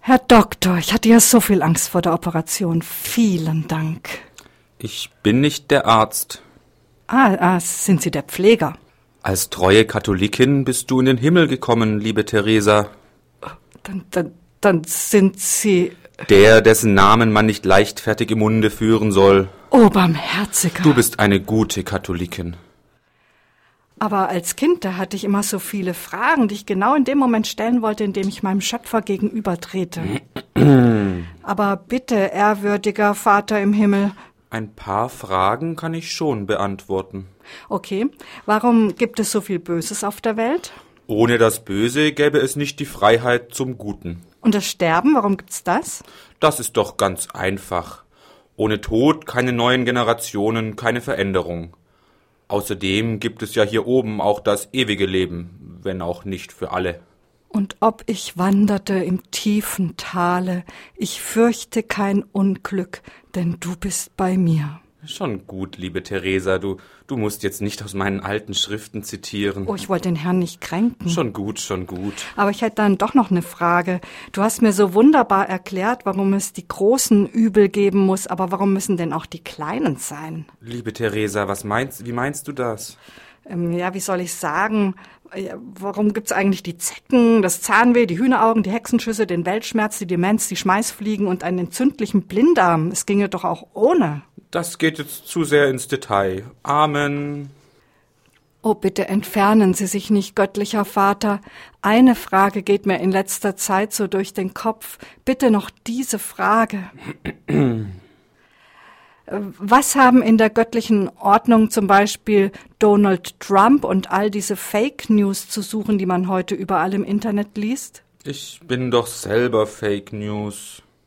Herr Doktor, ich hatte ja so viel Angst vor der Operation. Vielen Dank. Ich bin nicht der Arzt. Ah, ah sind Sie der Pfleger? Als treue Katholikin bist du in den Himmel gekommen, liebe Theresa. Dann, dann, dann sind Sie Der, dessen Namen man nicht leichtfertig im Munde führen soll. Obermherziger. Du bist eine gute Katholikin. Aber als Kind, da hatte ich immer so viele Fragen, die ich genau in dem Moment stellen wollte, in dem ich meinem Schöpfer gegenübertrete. Aber bitte, ehrwürdiger Vater im Himmel, Ein paar Fragen kann ich schon beantworten. okay, warum gibt es so viel Böses auf der Welt? Ohne das Böse gäbe es nicht die Freiheit zum Guten. Und das Sterben, warum gibt's das? Das ist doch ganz einfach. Ohne Tod keine neuen Generationen, keine Veränderung. Außerdem gibt es ja hier oben auch das ewige Leben, wenn auch nicht für alle. Und ob ich wanderte im tiefen Tale, ich fürchte kein Unglück, denn du bist bei mir. Schon gut, liebe Theresa, du, du musst jetzt nicht aus meinen alten Schriften zitieren. Oh, ich wollte den Herrn nicht kränken. Schon gut, schon gut. Aber ich hätte dann doch noch eine Frage. Du hast mir so wunderbar erklärt, warum es die großen Übel geben muss, aber warum müssen denn auch die kleinen sein? Liebe Theresa, was meinst, wie meinst du das? Ähm, ja, wie soll ich sagen? Ja, warum gibt's eigentlich die Zecken, das Zahnweh, die Hühneraugen, die Hexenschüsse, den Weltschmerz, die Demenz, die Schmeißfliegen und einen entzündlichen Blinddarm? Es ginge doch auch ohne. Das geht jetzt zu sehr ins Detail. Amen. Oh, bitte entfernen Sie sich nicht, göttlicher Vater. Eine Frage geht mir in letzter Zeit so durch den Kopf. Bitte noch diese Frage. Was haben in der göttlichen Ordnung zum Beispiel Donald Trump und all diese Fake News zu suchen, die man heute überall im Internet liest? Ich bin doch selber Fake News.